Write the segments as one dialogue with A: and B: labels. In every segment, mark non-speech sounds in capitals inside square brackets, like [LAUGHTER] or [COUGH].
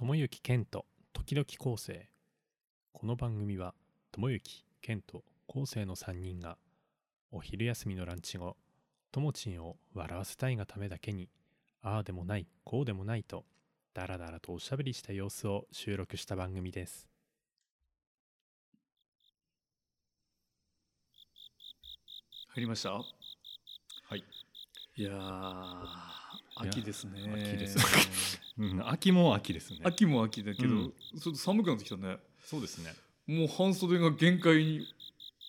A: 友幸健と時々構成この番組は友幸健と構成の3人がお昼休みのランチ後ともちんを笑わせたいがためだけにああでもないこうでもないとダラダラとおしゃべりした様子を収録した番組です
B: 入りました
A: はい
B: いやー秋ですね
A: いや秋ですねうん、秋も秋ですね
B: [LAUGHS] 秋も秋だけど、
A: うん
B: ちょっと寒くなってきたね
A: そうですね
B: もう半袖が限界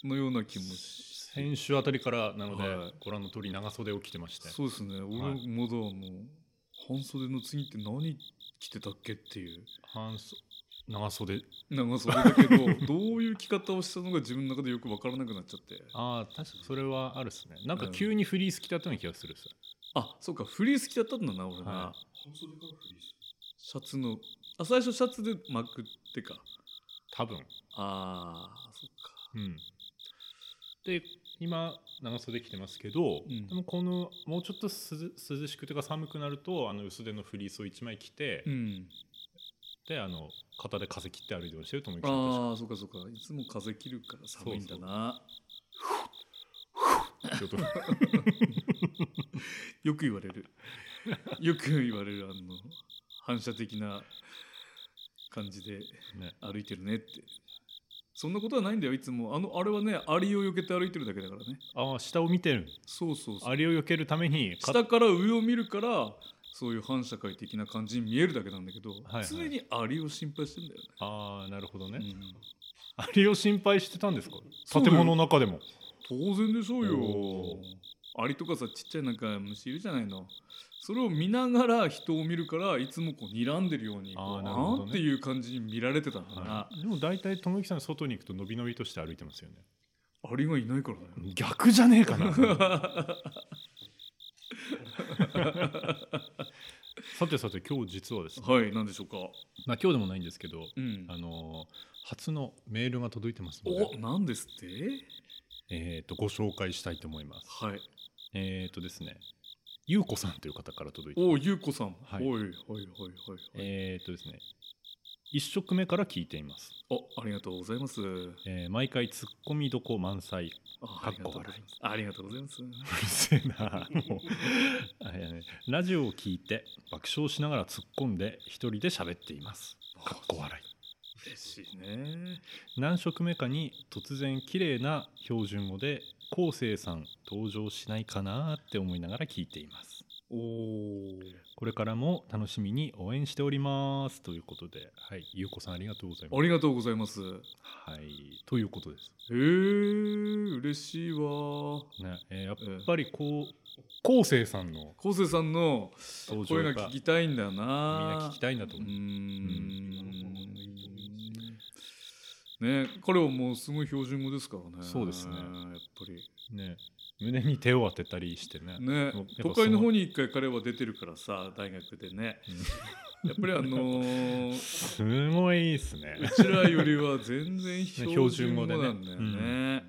B: のような気もし
A: 先週あたりからなので、
B: はい
A: ご覧の通り長袖を着てまして
B: そうですね俺まだもう半袖の次って何着てたっけっていう
A: 半袖長袖
B: 長袖だ [LAUGHS] けどどういう着方をしたのが自分の中でよく分からなくなっちゃって
A: ああ確かそれはあるっすねなんか
B: うん
A: 急にフリース着たような気がするっす
B: あそうかフリース着だったんだな俺ね、
A: は
B: シャツのあ最初シャツでまくってか
A: 多分
B: ああそっか
A: うんで今長袖着てますけど、
B: うん
A: でもこのもうちょっと涼涼しくてか寒くなるとあの薄手のフリースを1枚着て、
B: うん
A: であの肩で風切って歩いてましたよ友樹さん
B: ああそうかそうかいつも風切るから寒いんだな
A: 確かちょっと
B: よく言われ [LAUGHS] るよく言われるあの反射的な感じで
A: ね
B: 歩いてるねってそんなことはないんだよいつもあのあれはねアリを避けて歩いてるだけだからね
A: ああ下を見てる
B: そうそうそう
A: あれを避けるためにか
B: 下から上を見るからそういう反社会的な感じに見えるだけなんだけど、
A: いはい
B: 常にアリを心配してんだよ
A: ああなるほどね、
B: ね、うん
A: あれを心配してたんですか
B: そうよ
A: 建物の中でも
B: 当然でしょうよ
A: お
B: アリとかさちっちゃいなんか虫いるじゃないのそれを見ながら人を見るからいつもこう睨んでるように
A: あー
B: こう
A: なるほどね
B: んっていう感じに見られてたんだな、
A: でも大体友樹さん外に行くとのびのびとして歩いてますよね
B: アリがいないからね
A: 逆じゃねえかな [LAUGHS] さてさて今日実はですね、
B: はい何でしょうか
A: まあ、今日でもないんですけど、
B: うん
A: あのー初のメールが届いてますの
B: お
A: で、
B: 何ですって
A: えー、とご紹介したいと思います
B: はい
A: えっ、とですねゆうこさんという方から届いて
B: お
A: ま
B: お
A: す
B: ゆうこさん、
A: はい
B: おいはいはいはいはい、
A: えっ、とですね一食目から聞いています、
B: あありがとうございます
A: えー毎回ツッコミどこ満載
B: あ
A: か
B: あ
A: っ
B: りが
A: こ
B: とうござ
A: 悪
B: いま
A: い
B: すありがとうございます
A: うるせえなもうあれやねラジオを聞いて爆笑しながら突っ込んで一人で喋っていますかっこ笑い
B: 嬉しいね
A: 何食目かに突然綺麗な標準語で昴生さん登場しないかなって思いながら聞いています
B: おお
A: これからも楽しみに応援しておりますということではいゆうこさんありがとうございま
B: ありがとうございます
A: すはいということです
B: へえ嬉しいわ
A: ね、えーやっぱりこう昴生さんの
B: 昴生さんの
A: 登場が
B: 声が聞きたいんだよ
A: みん
B: な
A: な聞きたいんだと
B: う
A: 思う、
B: ーんね彼はもうすごい標準語ですからね
A: そうですね
B: やっぱり
A: ね胸に手を当てたりしてね
B: ね
A: もうやっぱその
B: 都会の方に一回彼は出てるからさ大学でねやっぱりあのー
A: すごいですね。
B: うちらよりは全然標準語なんだよ
A: 標準語で
B: ね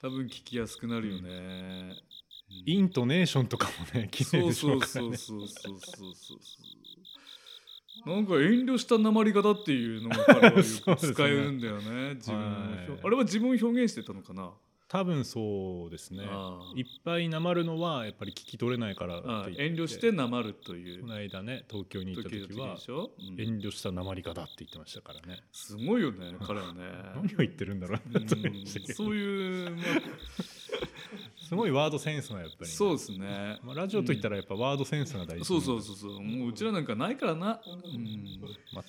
B: 多分聞きやすくなるよね、うん
A: イントネーションとかもね、綺麗
B: そう
A: でし
B: そ
A: ょう
B: う
A: か
B: そ
A: ら
B: う
A: ね。
B: そうそうそうそう。なんか遠慮した鉛型っていうのが彼はよ
A: そう
B: く
A: ですね
B: 使えるんだよね。自分を表
A: はい
B: あれは自分を表現してたのかな。
A: 多分そうですね。
B: あー
A: いっぱいなまるのはやっぱり聞き取れないからって
B: ああ
A: 言って
B: 遠慮して鉛という
A: この間ね、東京に行った
B: 時
A: 時
B: 々
A: は
B: でしょ。うん
A: 遠慮したなまり方って言ってましたからね。
B: すごいよね
A: [LAUGHS]
B: 彼はね。
A: 何を言ってるんだろう
B: う
A: な
B: ん
A: と思いましたけど
B: そういう、ま
A: すごいワードセンスがやっぱ
B: あ、
A: りね。
B: そうですね。
A: まあラジオといったらやっぱワードセンスが大事。
B: そうそうそうそう。もううちらなんかないからな。うん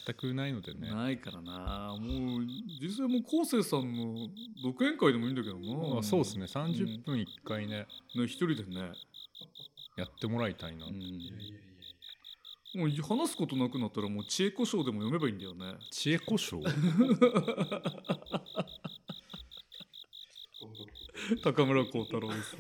A: 全くないのでね。
B: ないからなもう実際もう昴生さんの独演会でもいいんだけど
A: ま
B: な、
A: あそうですね。30分1回ね、
B: ね一人でね、
A: やってもらいたいな。
B: もう話すことなくなったらもう知恵故障でも読めばいいんだよ
A: [LAUGHS]
B: ね
A: 知恵故障。
B: 高村光太郎です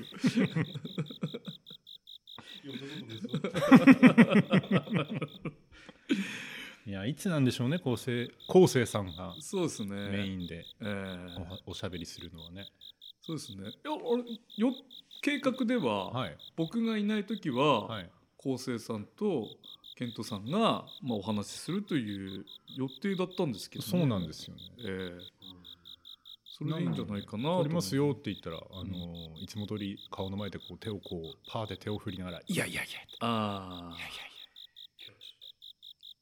A: いやいつなんでしょうねこうせい昴生さんが
B: そうです
A: メ
B: ね
A: インで
B: ええ
A: おはおしゃべりするのはね、
B: そうですねいやあれよ計画では、
A: はい
B: 僕がいない時は、
A: はい
B: 昴生さんと健人さんが、まあ、お話しするという予定だったんですけど、ね、
A: そうなんですよね
B: ええそれでいいんじゃないかなと
A: 撮りますよって言ったら、あのいつも通り顔の前でこう手をこうパーで手を振りながら「いやいやいや」
B: ああ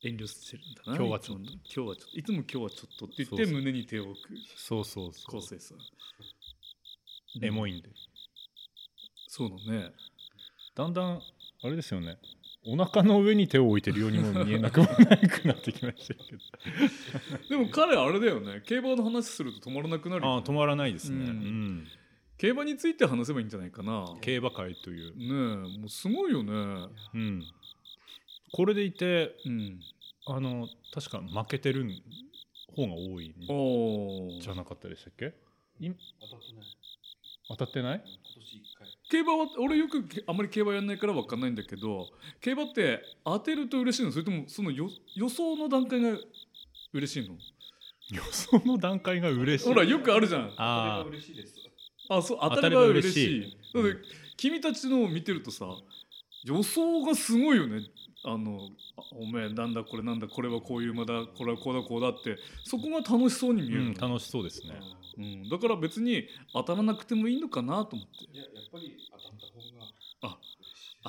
B: 遠慮してるんだな
A: 今日はちょっと
B: いつも今日はちょっといつも今日はちょっとって言っ
A: そ
B: て
A: うそう
B: 胸に手を置く
A: そうそうそ
B: 昴
A: う
B: 生さん
A: エ
B: い
A: モいんで
B: そうだね
A: だんだんあれですよねお腹の上に手を置いてるようにも見えなくもないくなってきましたけど
B: でも彼あれだよね競馬の話すると止まらなくなるよね、
A: ああ止まらないですね、
B: う
A: うんん
B: 競馬について話せばいいんじゃないかなね
A: 競馬界という、
B: えもうすごいよね
A: うん、これでいて
B: うん
A: あの確か負けてる方が多いん
B: あー
A: じゃなかったでしたっけい当たってない
B: 競馬は俺よくけあんまり競馬やんないから分かんないんだけど競馬って当てると嬉しいのそれともその予予想の段階が嬉しいの
A: 予想の段階が嬉しい
B: ほらよくあるじゃん
A: ああ
B: あそう当
A: 当
B: た
A: た
B: れ
A: れ
B: ば
A: ば
B: 嬉
A: 嬉
B: し
A: しい
B: いだって君たちのを見てるとさ予想がすごいよねあのあおめえなんだこれなんだこれはこういう馬だこれはこうだこうだってそこが楽しそうに見え
A: う
B: るの、
A: ん楽しそうですね
B: うんだから別に当たらなくてもいいのかなと思っていややっぱり当たった方があ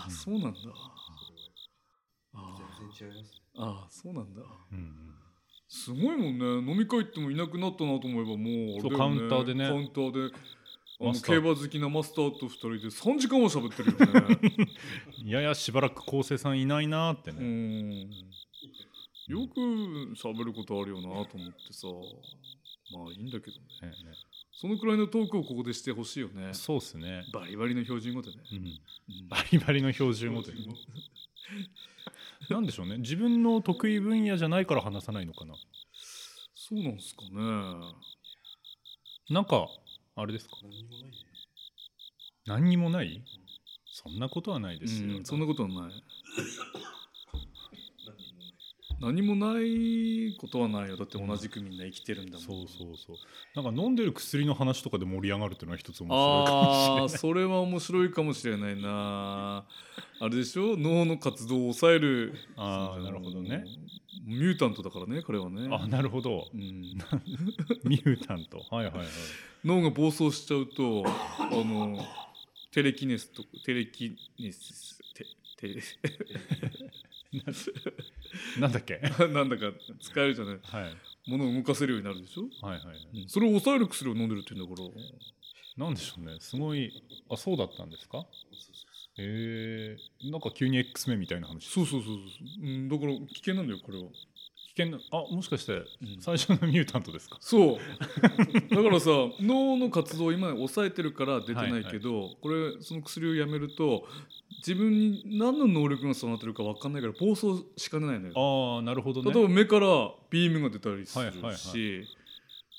B: あそうなんだああああそうなんだ
A: うん
B: すごいもんね飲み会行ってもいなくなったなと思えばもうあれだよ
A: そうカウンターでね
B: カウンターであの
A: マスタ
B: 競
A: ー
B: 馬好きなマスターと二人で3時間は喋ってるよね
A: うんいやいやしばらく昴生さんいないなーって
B: う
A: ね、
B: んよく喋ることあるよなと思ってさまあいいんだけどね
A: ね
B: そのくらいのトークをここでしてほしいよね
A: ねそうっすね、
B: バリバリの標準語でね、
A: うん、
B: うん
A: バリバリの標準語でなんでしょうね自分の得意分野じゃないから話さないのかな
B: そうなんですかね
A: なんかあれですか何にもないそんなことはないですよ、
B: うん、そんなことはない何もないことはないよだって同じくみんな生きてるんだもん、
A: そうそうそうなんか飲んでる薬の話とかで盛り上がるっていうのは一つ面白いかもしれ
B: あ
A: な
B: あ
A: い
B: それは面白いかもしれないなあれでしょ脳の活動を抑える
A: あーなるほどね
B: ミュータントだからね彼はね
A: あなるほど
B: うん、
A: ミュータントはいはいはい
B: 脳が暴走しちゃうとあのテレキネスとテレキネステテレ
A: なんだっけ
B: [LAUGHS] なんだか使えるじゃない
A: はいはい
B: 物を動かせるようになるでしょ、
A: はいはい
B: それを抑える薬を飲んでるって言うんだから
A: なんでしょうねすごいあそうだったんですかえー、なんか急に X メンみたいな話
B: そうそうそうそう、うん、だから危険なんだよこれは、
A: 危険なあもしかして
B: うん
A: 最初のミュータントですか
B: そうだからさ脳の活動を今抑えてるから出てないけど、これその薬をやめると自分に何の能力が備わってるか分かんないから暴走しかねないのよ
A: ああなるほどね
B: 例えば目からビームが出たりするし、
A: はいは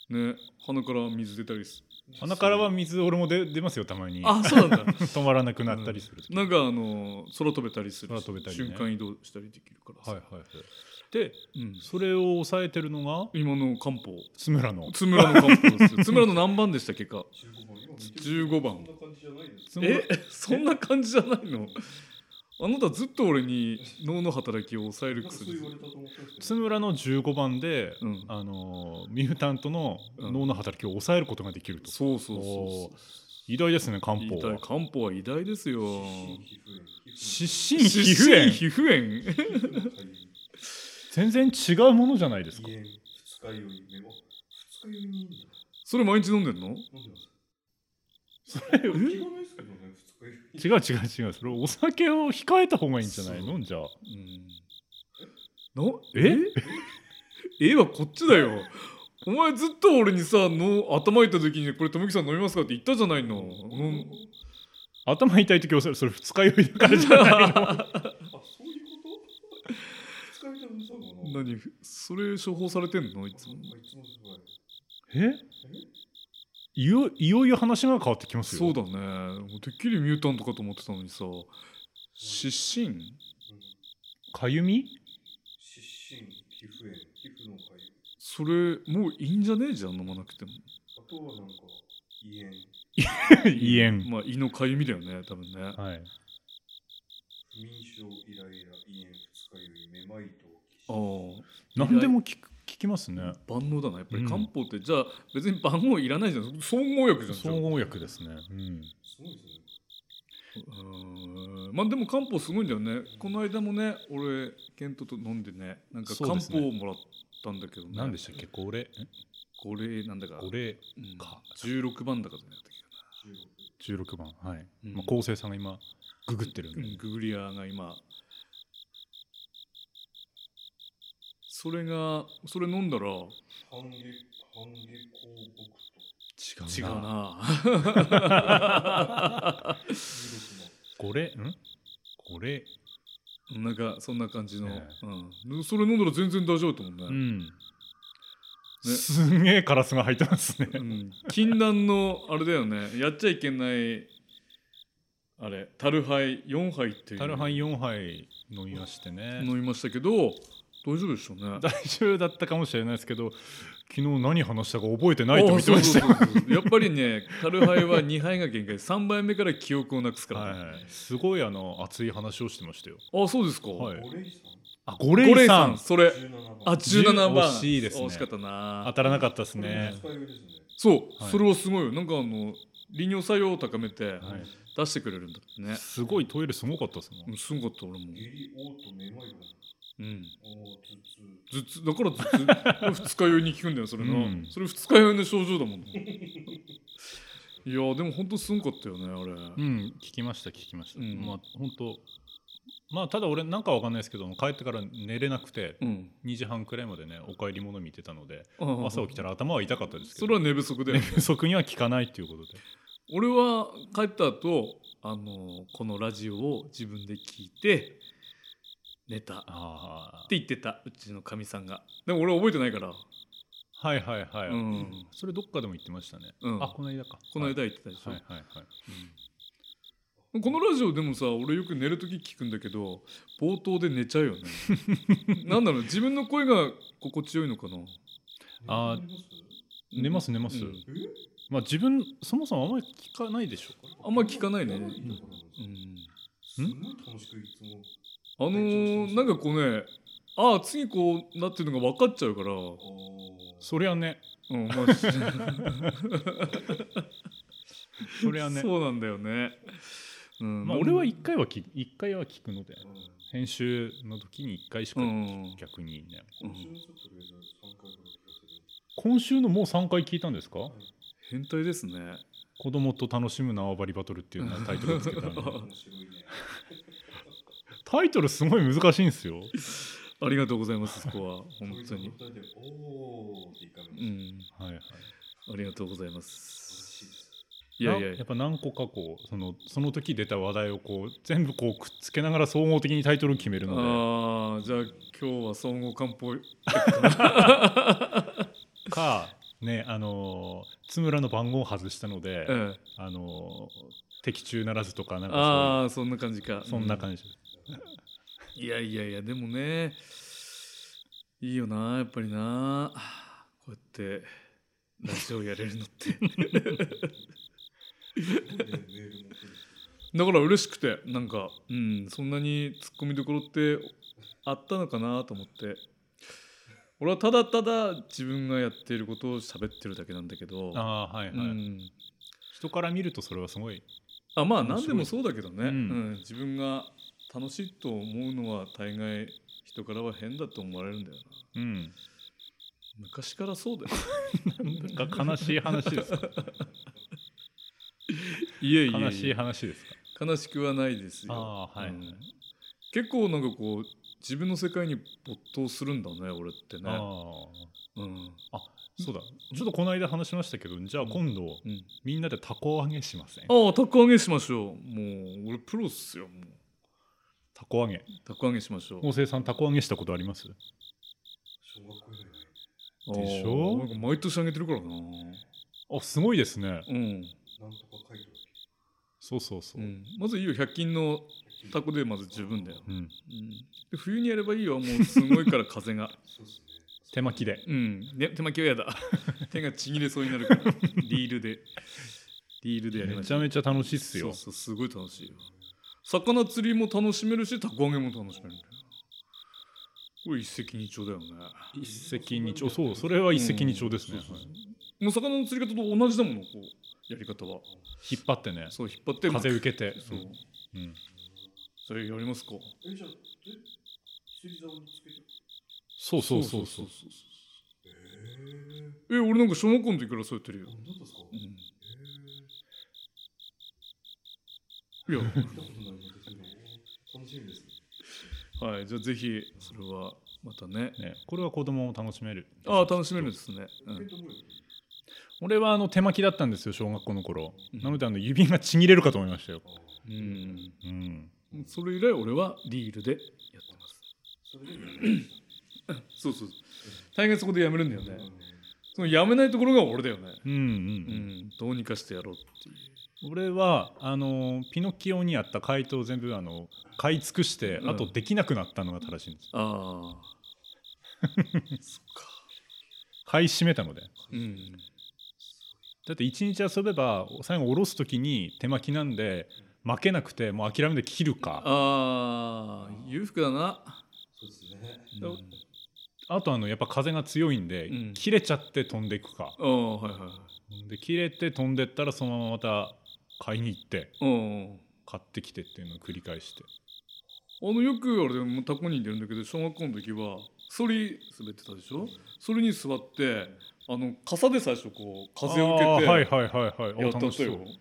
A: い
B: ね、鼻から水出たりす
A: 鼻からは水俺も出出ますよたまに
B: あそうなんだ
A: 止まらなくなったりする時
B: なんかあの空飛べたりする
A: 空
B: し
A: 飛べたりね
B: 瞬間移動したりできるからさ、
A: はいはいはいで
B: うん、
A: それを抑えてるのが
B: 今の漢方
A: 津村の
B: 津村の漢方ですよ津村の何番でしたっけか15番
A: 津村
B: え [LAUGHS] そんな感じじゃないのあなたずっと俺に脳の働きを抑える薬
A: 津村の15番で、
B: うん
A: あのーミュータントの脳の働きを抑えることができると、
B: そうそうそ
A: おー偉大ですね漢
B: う
A: 方
B: 偉大
A: は
B: 漢方は偉大ですよ
A: 湿疹 [LAUGHS] 皮膚炎
B: 皮膚炎 [LAUGHS]
A: 全然違うものじゃないですか
B: それ毎日飲んでんの
A: え違う違う違うそれお酒を控えた方がいいんじゃないのじゃあ
B: うんな
A: [LAUGHS] え
B: えはこっちだよお前ずっと俺にさ脳頭痛い時にこれ友樹さん飲みますかって言ったじゃないの、うん
A: 頭痛い時抑えるそれ二日酔いだから [LAUGHS] じゃないの
B: [LAUGHS] 何それ処方されてんのいつも
A: えいよいよいよ話が変わってきますよ
B: そうだねもうてっきりミュータントかと思ってたのにさ湿疹
A: かゆみ
B: それもういいんじゃねえじゃん飲まなく
A: [LAUGHS]
B: ても
A: 胃炎
B: まあ胃のかゆみだよね多分ね
A: はい
C: かゆいめまいと
B: ああ
A: 何でも聞く聞きますね
B: 万能だなやっぱ
A: う
B: り
A: ん
B: 漢方って、じゃあ別に万能いらないじゃん総合薬じゃん
A: 総合薬ですね、うん、
C: すごいですね
B: うーんまあでも漢方すごいんだよねこの間もね俺健人と飲んでねなんか
A: そう
B: 漢
A: です
B: 方
A: ね
B: をもらったんだけどね
A: 何でしたっけこれ
B: これなんだか
A: これ
B: うん
A: か
B: 16番だかだったっ
C: 中国
A: 16番はい、
B: うん
A: まあ、構成さんが今ググってるん
B: け
A: で、
B: な、うんググリアが今それがそれ飲んだら
C: 半下半下公木と
B: 違うな [LAUGHS]
A: これんこれ
B: なんかそんな感じの、
A: ね
B: うん、それ飲んだら全然大丈夫だと思う
A: う
B: ね、
A: ん、すんげえカラスが入ってますね
B: うん禁断のあれだよねやっちゃいけないあれタルハイ4杯っていう
A: タルハン4杯飲みましてね
B: 飲みましたけど大丈夫でしょうね
A: 大丈夫だったかもしれないですけど昨日何話したか覚えてないと言ってましたよ
B: あそうそうそうそうやっぱりねタルハイは2杯が限界3杯目から記憶をなくすから、ね
A: はい、すごいあの熱い話をしてましたよ
B: あそうですか、
A: はい
C: 五霊さん
A: あゴ
B: ゴレイさんそれ
C: 十七番
B: あ17番
A: 惜しいですね
B: 惜しかったな
A: 当たらなかったです
C: これ
A: ね
C: も使い上ですね
B: そう、
A: はい
B: それはすごいよなんかあの利尿作用を高めて
A: はい
B: 出してくれるんだってね、
A: すごいトイレすごかったですも
B: うんんすごかった俺も、
C: 下痢おうとめまいが
B: うん、
C: おう頭痛
B: 頭痛だか
A: [LAUGHS]
B: ら頭痛二日酔いに効くんだよそれな、
A: うん
B: それ二日酔いの症状だもん、ね、いやーでも本当すんかったよねあれ、
A: うん聞きました聞きました、
B: うん
A: まあ本当まあただ俺なんかわかんないですけど帰ってから寝れなくて
B: うん
A: 2時半くらいまでねお帰り物見てたので
B: ああ
A: 朝起きたら頭は痛かったですけど
B: それは寝不
A: [LAUGHS]
B: 足だよね
A: 不足には効かないっていうことで
B: 俺は帰った後あのこのラジオを自分で聞いて寝たって
A: あ
B: 言ってたうちのかみさんがでも俺は覚えてないから
A: あはいはいはい、
B: うん
A: それどっかでも言ってましたね、
B: うん
A: あこの間か
B: この間
A: はい
B: 言ってたでしょ、
A: はいはいはい
B: うんこのラジオでもさ俺よく寝る時聞くんだけど冒頭で寝ちゃうよね [LAUGHS] なんだろう自分の声が心地よいのかな
A: あー
C: 寝ます
A: 寝ます寝ます、
B: うん
C: え
A: まあ自分そもそもあんまり聞かないでしょ
B: あんま聞かないね
C: あんまり聞いたことないですす
A: うん
C: ごい楽しくいつも
B: あのー、なんかこうねああ次こうなってるのが分かっちゃうから、
C: あー
A: そりゃね
B: うんま
A: [LAUGHS]
B: あ、
A: そりゃね
B: そうなんだよね、うん
A: まあ、俺は1回は聞一回は聞くので
C: うん
A: 編集の時に1回しか
B: うん
A: 逆にね、
C: 今週のちょっとレーザー三回ぐらい聞かせて
A: 今週のもう3回聞いたんですか
B: 変態ですね
A: 「子供と楽しむ縄張りバトル」っていうのをタイトルをつけたん
B: [LAUGHS]
A: で
C: 面白いね
A: タイトルすごい難しいんですよ
B: ありがとうございますそこは本
A: [LAUGHS]
B: 当に
C: こういうの答えておーっていかないうと
B: ん
A: はい、はい、
B: ありがとうございま
C: 楽し
B: す
C: いです
B: いやいや
A: なやっぱ何個かこうそのその時出た話題をこう全部こうくっつけながら総合的にタイトルを決めるの
B: ああじゃあ今日は総合漢方
A: でかねあのー津村の番号を外したので、
B: ええ
A: あのー的中ならずとかなんか
B: ああそんな感じか
A: そういうそんな感じ、
B: じいやいやいやでもねいいよなやっぱりなこうやってラジオやれるのって
C: すごいねメールも来るし
B: [LAUGHS] だから嬉しくてなんかうんそんなにツッコミどころってあったのかなと思って俺はただただ自分がやっていることを喋ってるだけなんだけど
A: ああはいはい、
B: うん
A: 人から見るとそれはすごい
B: あまあ
A: 面白い
B: 何でもそうだけどね、
A: うん
B: うん自分が楽しいと思うのは大概人からは変だと思われるんだよ
A: うん
B: な昔からそうだよ
A: [LAUGHS] なんか悲しい話ですか
B: [LAUGHS] いえい
A: 悲しい
B: え
A: 話ですか
B: 悲しくはないですよ
A: ああはいはい
B: うん結構なんかこう自分の世界に没頭するんだね俺って
A: あ
B: ね、
A: あ
B: うん
A: そうだちょっとこの間話しましたけどじゃあ今度
B: うん、
A: みんなでたこ揚げしません
B: ああたこ揚げしましょうもう俺プロっすよもう
A: たこ揚げ
B: たこ揚げしましょう
A: 大瀬さんたこ揚げしたことあります
C: 小学校以来ない
A: でしょ
B: ああなんか毎年あげてるからな
A: あすごいですね
B: うん、
C: なんとか書いて
A: そうそうそうう、
B: ん、まずいいよ100均のタコでまず十分だよ
A: うん
B: で冬にやればいいよもうすごいから
A: [LAUGHS]
B: 風が
C: そうですね
A: 手巻きで
B: うん、ね、手巻きはやだ
A: [LAUGHS]
B: 手がちぎれそうになるからリールでリールでやりま
A: め
B: し
A: ち
B: た
A: ゃめちゃ楽しいっすよ
B: そうそうすごい楽しいよ魚釣りも楽しめるしタコ揚げも楽しめるんだよこれ一石二鳥だよね
A: 一石二鳥そうそれは一石二鳥ですね、
B: うんそう
A: はい
B: もう魚の釣り方と同じだものこうやり方は
A: 引っ張ってね
B: そう引っ張って
A: 風受けて
B: そう
A: うん
B: それやりますか
C: え、じゃあ、え、釣り竿につけて。
A: そうそうそうそう
C: えー、
B: え俺なんか小学校の時からそうやってるよ、
C: 本当ですか
B: う
C: え
B: ん
C: ー、
B: いや
C: 見たことないので、それ楽しみですね。
B: はいじゃあぜひそれはまたね
A: ねこれは子供も楽しめる
B: ああ楽しめるんですね、う
C: え
B: ん
C: っと、もう、
A: 俺はあの手巻きだったんですよ小学校の頃、
B: うん
A: なのであの指がちぎれるかと思いましたよ、
B: うん
A: うん、
B: それ以来俺はリールでやってます
C: それでもやりまし
B: そうそう大概そこでやめるんだよ
C: た。
B: ね
C: うん
B: そのやめないところが俺だよね
A: うんうん
B: う
A: うん
B: んどうにかしてやろうっていう
A: 俺はあのピノキオにあった回答を全部あの買い尽くして、
B: うん
A: あとできなくなったのが正しいんです
B: ああそっか
A: 買い占めたので [LAUGHS]
B: うん
A: だって一日遊べば最後下ろす時に手巻きなんで負けなくてもう諦めて切るか
B: ああ裕福だな、
C: そうですね。
B: う
A: うんんあとあのやっぱ風が強いんで、
B: うん
A: 切れちゃって飛んでいくか
B: ああはいはい
A: で切れて飛んでったらそのまままた買いに行って
B: うん
A: 買ってきてっていうのを繰り返して
B: あのよくあれでもタコに出るんだけど小学校の時はそり滑ってたでしょそれに座ってあの傘で最初こう風を受
A: あ
B: け
A: ー
B: て
A: はいはいはいはい
B: や
A: お
B: っ
A: 楽
B: たと
A: しそ
B: よ
A: う
C: あれ、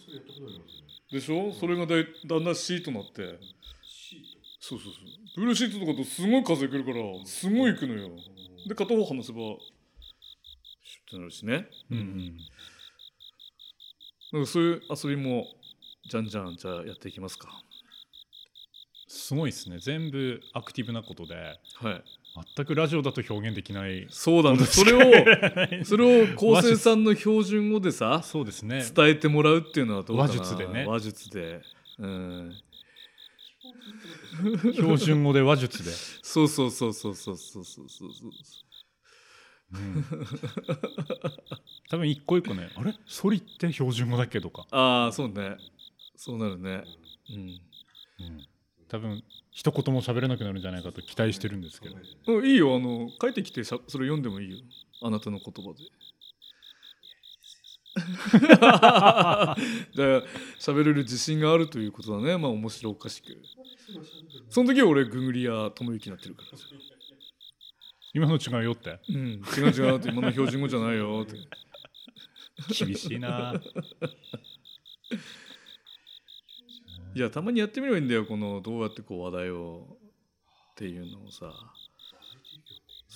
C: それやったことないのですね。
B: でしょそれがだいだんだんシートになって
C: シート。
B: そうそうそうブルーシートとかとすごい風来るからすごい行くのよで片方離せばシュッてなるしね
A: うんうん
B: なんかそういう遊びもじゃんじゃんじゃあやっていきますか
A: すごいですね全部アクティブなことで
B: はい
A: 全くラジオだと表現でき
B: [LAUGHS]
A: ない
B: そうなんだそれをそれを高専さんの標準語でさ
A: そうですね
B: 伝えてもらうっていうのはどうかな
A: 話術でね
B: 話術でうん
A: [LAUGHS] 標準語で話術で、
B: そうそうそうそうそうそうそうそうそう
A: うん、多分一個一個ねあれソリって標準語だっけとか、
B: ああそうねそうなるねうん
A: うん、多分一言も喋れなくなるんじゃないかと期待してるんですけど
C: 考えてね
B: うんいいよあの書いてきてしゃそれ読んでもいいよあなたの
A: [LAUGHS]
B: 言葉で [LAUGHS] じゃあ喋れる自信があるということだねまあ面白おかしくその時は俺グングリア智之になってるから
A: 今の違うよって
B: うん違う違うって今の標準語じゃないよって [LAUGHS]
A: 厳しいない
B: やたまにやってみればいいんだよこのどうやってこう話題をっていうのをさ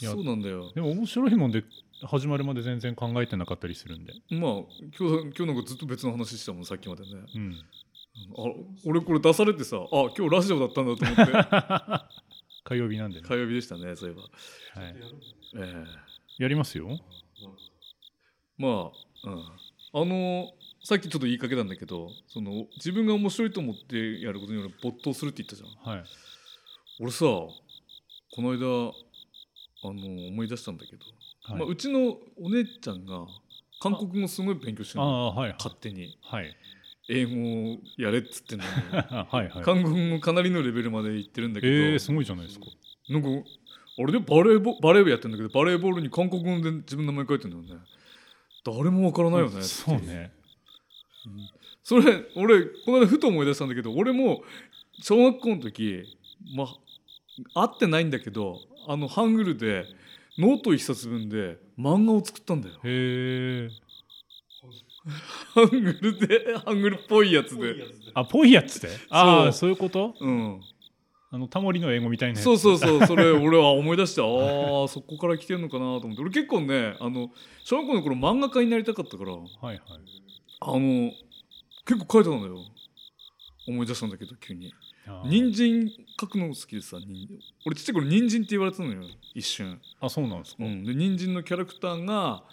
A: いや
B: そうなんだよ
A: でも面白いもんで始まるまで全然考えてなかったりするんで、
B: まあ今日今日なんかずっと別の話してたもんさっきまでね
A: うん、
B: あ俺これ出されてさあ今日ラジオだったんだと思って
A: [LAUGHS] 火曜日なんでね、
B: 火曜日でしたねそういえば、
A: はい、
C: やるんだね
B: ええ
A: やりますよ
C: なんか
B: まあ、うん、あのさっきちょっと言いかけたんだけどその自分が面白いと思ってやることに俺没頭するって言ったじゃん
A: はい
B: 俺さこの間あの思い出したんだけど、
A: はい、
B: まあ、うちのお姉ちゃんが韓国語すごい勉強して
A: あ
B: るの
A: あはい
B: 勝手に
A: はい [LAUGHS]
B: 英語をやれっつってんのに
A: はいはい
B: 韓国語かなりのレベルまで行ってるんだけど、
A: えー、すごいじゃないですか
B: なんかあれでバレーボバレー部やってんだけどバレーボールに韓国語で自分の名前書いてんだよね誰もわからないよね、
A: そうね
B: それ俺この間ふと思い出したんだけど俺も小学校の時まあ会ってないんだけどあのハングルでノート一冊分で漫画を作ったんだよ [LAUGHS]
A: へえ
B: ハングルでハングルっぽいやつ
C: こういう
B: で
C: やつで。
A: あぽいやつでああそういうこと
B: うん
A: あのタモリの英語みたいなやつ
B: そうそうそうそれ俺は思い出してああそこから来てんのかなと思って俺結構ねあの小学校の頃漫画家になりたかったから
A: はいはい
B: あの結構書いてたんだよ思い出したんだけど急に
A: あー
B: 人参書くの好きでさにん俺ちっちゃい頃人参って言われてたのよ一瞬、
A: あそうなんですか、
B: うん、で人参のキャラクターが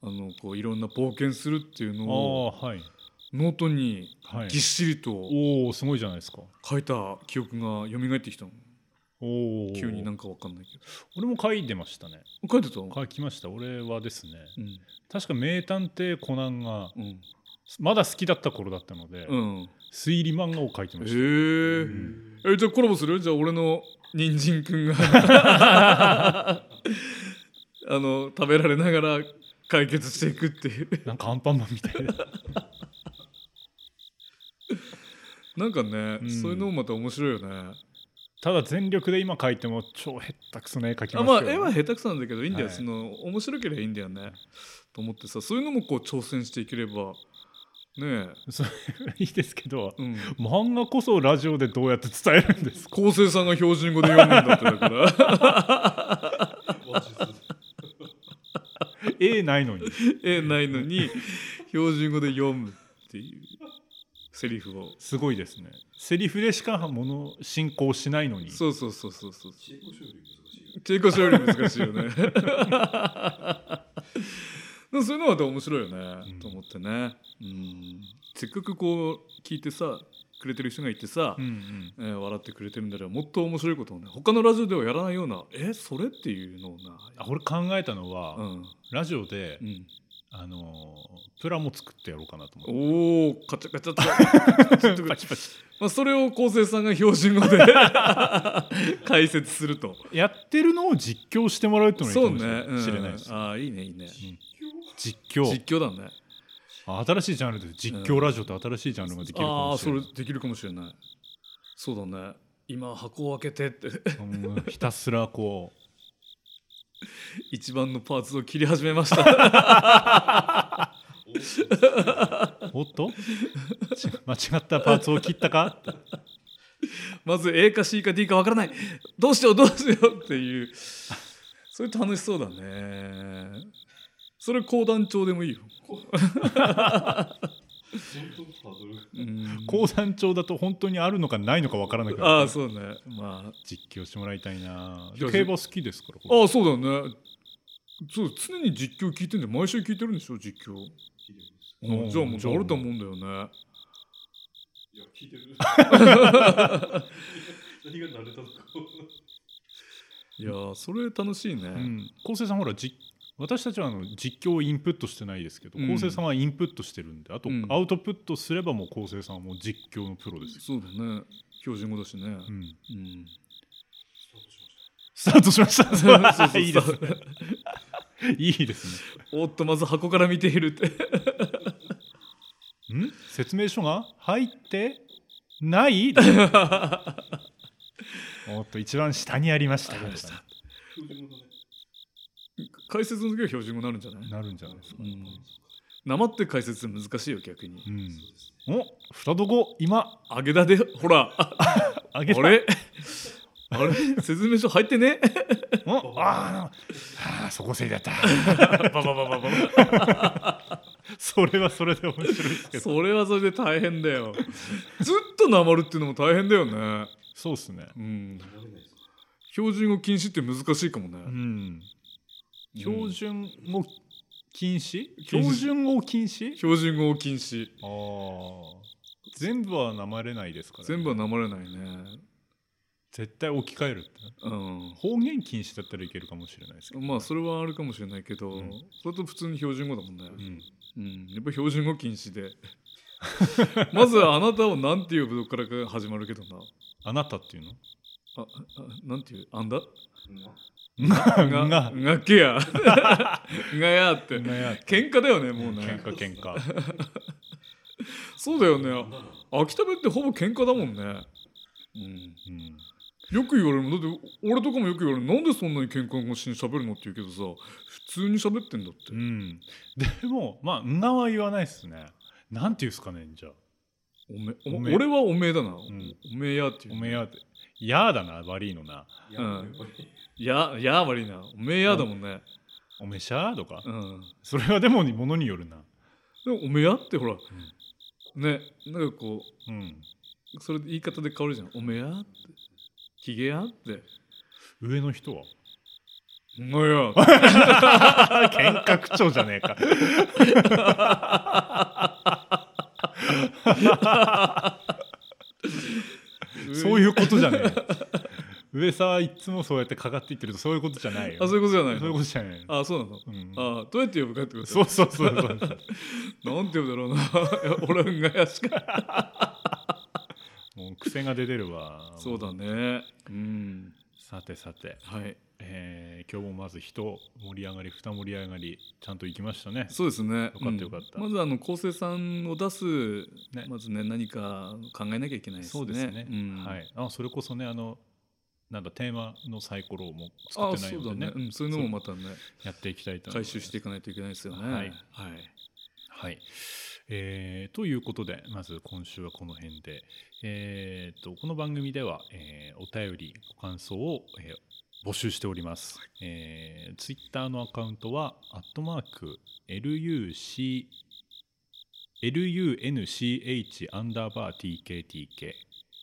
B: あのこういろんな冒険するっていう
A: あ
B: のを
A: あはい
B: ノートに
A: はい
B: ぎっしりと
A: おおすごいじゃないですか
B: 書いた記憶が蘇ってきたの
A: おお
B: 急になんかわかんないけ
A: 俺も書いてましたね
B: ど書いてた
A: 書きました俺はですね
B: うん
A: 確か名探偵コナンが
B: うん
A: まだ好きだった頃だったので、
B: うん
A: 推理漫画を書いて
B: へ
A: ました
B: ええじゃあコラボするじゃあ俺の人参くん
A: [LAUGHS]
B: があの食べられながら解決していくっていう
A: なんかアンパンマンみたいな [LAUGHS]
B: なんかね、
A: うん
B: そういうのもまた面白いよね
A: ただ全力で今描いても超へったくそな絵描き
B: あ
A: ます
B: ま
A: よ
B: あ絵は下手くそなんだけどいいんだよ、
A: はい
B: その面白ければいいんだよねと思ってさそういうのもこう挑戦していければね
A: それ [LAUGHS] いいですけど
B: え、うん、
A: 漫画こそラジオでどうやって伝えるん
B: [LAUGHS]
A: ですか
B: 構成さんが標準語で読むんだってだから
A: [LAUGHS]
C: マジです
A: 絵ないのに
B: 絵ないのに標準語で読むっていうセリフを
A: すごいですねセリフでしかもの進行しないのに
B: そうそうそうそうそう
C: シェイクシュール難しいよ。
B: 抵抗するより難しいよ
A: [LAUGHS]
B: ねでもそういうのはまた面白いよね、
A: うん
B: と思ってねうんせっかくこう聞いてさくれてる人がいてさ、
A: うんうん
B: えー笑ってくれてるんだらもっと面白いことをね他のラジオではやらないようなえそれっていうのをな
A: あ俺考えたのは、
B: うん
A: ラジオで、
B: うん、
A: あのープラも作ってやろうかなと思って
B: おおカチャカチャカチ
A: [LAUGHS]
B: ャ
A: パチパチ
B: まあそれを昴生さんが標準語で [LAUGHS] 解説すると
A: やってるのを実況してもらうってのがい
B: そ
A: いうかもしれ
B: ね
A: ない、、
B: うん
A: 知れないです、
B: ああいいねいいね
A: うん実況
B: 実況だね
A: あ新しいジャンルで実況ラジオって新しいジャンルができるか
B: ああ
A: も
B: ー
A: し
B: そ
A: れな
B: れ
A: い
B: できるかもしれないそうだね今箱を開けてって [LAUGHS]
A: うんひたすらこう
B: 一番のパーツを切り始めました [LAUGHS]
C: おー
A: おっと [LAUGHS] ち間違ったパーツを切ったか
B: まず A か C か D かわからないどうしようどうしようっていうそれ楽しそうだねそれ講談調でもいいよ、
C: 本当ハードルが
B: うん
A: 高山町だと本当にあるのかないのかわからないから
B: ああそうねま
A: 実況してもらいたいな
B: ひろし
A: 競馬好きですから
B: あああそうだねそう常に実況聞いてんで毎週聞いてるんでしょ実況
C: 聞いてます
A: うん
B: うんじゃあもう
A: じゃあ
B: 慣れたもんだよね
C: いや、聞いてる。何が慣れたのか。
B: いやーそれ楽しいね、
A: うん、昴生さんほらじ私たちはあの実況をインプットしてないですけど
B: うん
A: 昴生さんはインプットしてるんであと
B: うん
A: アウトプットすればもう昴生さんはもう実況のプロですよ、
B: そうだね標準語だしね、
A: うん、
B: うん
C: スタートし
A: スタートしまし
B: [LAUGHS] そうそう
A: た
B: そう
A: [LAUGHS] いいですねいいです
B: おっとまず箱から見ているって
A: ねん説明書が入ってない
B: [LAUGHS]
A: おっと一番下にありました
C: ました。標準語だね。
B: 解説の時は標準語になるんじゃない
A: なるんじゃないですか、
B: うん生って解説難しいよ逆に
A: うん
C: そうですね。
A: お二どこ今
B: 揚げだでほらあ
A: あげた
B: れあれ説明書入ってね
A: おあーあーそこせいだ
B: [LAUGHS]
A: った
B: ババババババ
A: それはそれで面白いですけど
B: それはそれで大変だよずっとなまるっていうのも大変だよね
A: そうですね
B: うん
C: 慣れないですか。
B: 標準語禁止って難しいかもね、
A: うん標
B: 標準
A: 準語禁止
B: 禁止
A: 標準語禁止
B: 標準語を禁止
A: ああ全部はなまれないですから、
B: 全部はなまれないね
A: 絶対置き換えるって
B: うん
A: 方言禁止だったらいけるかもしれないですけど
B: まあそれはあるかもしれないけど、
A: うん
B: それと普通に標準語だもんね、
A: うん
B: うん、やっぱ標準語禁止で [LAUGHS] まずあなたをなんて呼ぶとこからか始まるけどな
A: あなたっていうの
B: ああなんていうあんだ
C: うんな
A: が
B: が
A: が
B: がけ
A: [LAUGHS]
B: やがやって
A: がや
B: 喧嘩だよねも
A: 喧
B: うね
A: 嘩喧嘩 [LAUGHS]
B: そうだよ
C: な
B: ね
C: んだろう
B: 秋田弁ってほぼ喧嘩だもんね、うん、
A: うん
B: よく言われるもんだって俺とかもよく言われるなんでそんなに喧嘩越しに喋るのって言うけどさ普通に喋ってんだって
A: うんでもまあ「んが」は言わないですねなんていうんですかねじゃあ
B: おめ
A: お
B: お
A: めえ
B: 俺はおめえだな、
A: ん
B: おめえやってい
A: お
B: う
A: めえやって「や」だな悪いのない
C: や、やっぱり
B: やや悪いなおめえやだもんね、
A: 「おめしゃ」とか
B: うん、
A: それはでもものによるな
B: でもおめやってほら、ねなんかこ
A: うん
B: うそれで言い方で変わるじゃんおめやってひげやって
A: 上の人は
B: お前や
A: [LAUGHS] 喧嘩口調じゃねえかそう
B: う
A: いうことじゃね
B: [LAUGHS]
A: え上沢いつもそうやってかかっていってるとそういうことじゃないよ
B: あそういうことじゃない
A: そういう
B: の
A: ことじゃない
B: あそうなの
A: うん
B: あどうやって呼ぶかってこと
A: そうそうそうそう
B: [LAUGHS] なんて呼ぶだろうないや俺はうんがやしか
A: もう癖が出てるわ [LAUGHS]
B: そうだねうん
A: さてさて、
B: はい
A: えー今日もまず一盛り上がり二盛り上がりちゃんと行きましたね
B: そうですね
A: かったよかった
B: うんまずあの構成さんを出す、
A: ね
B: まずね何か考えなきゃいけないですね
A: そうですね、
B: うん
A: はい、あそれこそねあのなんだテーマのサイコロをもう作っ
B: あ
A: てない
B: そう
A: ので
B: だ
A: ね
B: ね、うん、そういうのもまたね
A: やっていきたいと思いま
B: 回
A: す
B: 収していかないといけないですよね
A: はい
B: はい
A: はい、えーということでまず今週はこの辺で、えー、とこの番組では、えーお便りご感想を、えー募集しております、えー、ツイッターのアカウントは「アットマーク #LUC」LUNCH アンダーバー TKTK、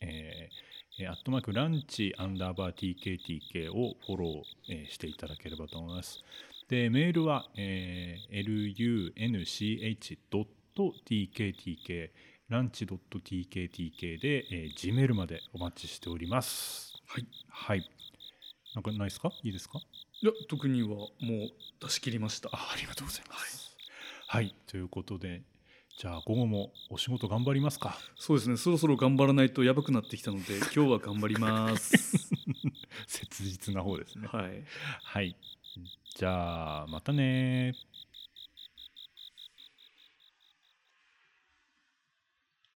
A: えーえーアットマークランチアンダーバー TKTK をフォロー、えーしていただければと思います。で、メールは、えー lunch.tkTk、ランチ .tkTk で、えー Gmail までお待ちしております。
B: はい。
A: はい。なんかないですかいいですか
B: いや特にはもう出し切りました
A: あありがとうございます。はい、ということで、じゃあ午後もお仕事頑張りますか。
B: そうですねそろそろ頑張らないとやばくなってきたので今日は頑張ります
A: 切実な方ですね。
B: はい
A: はい。じゃあ、またね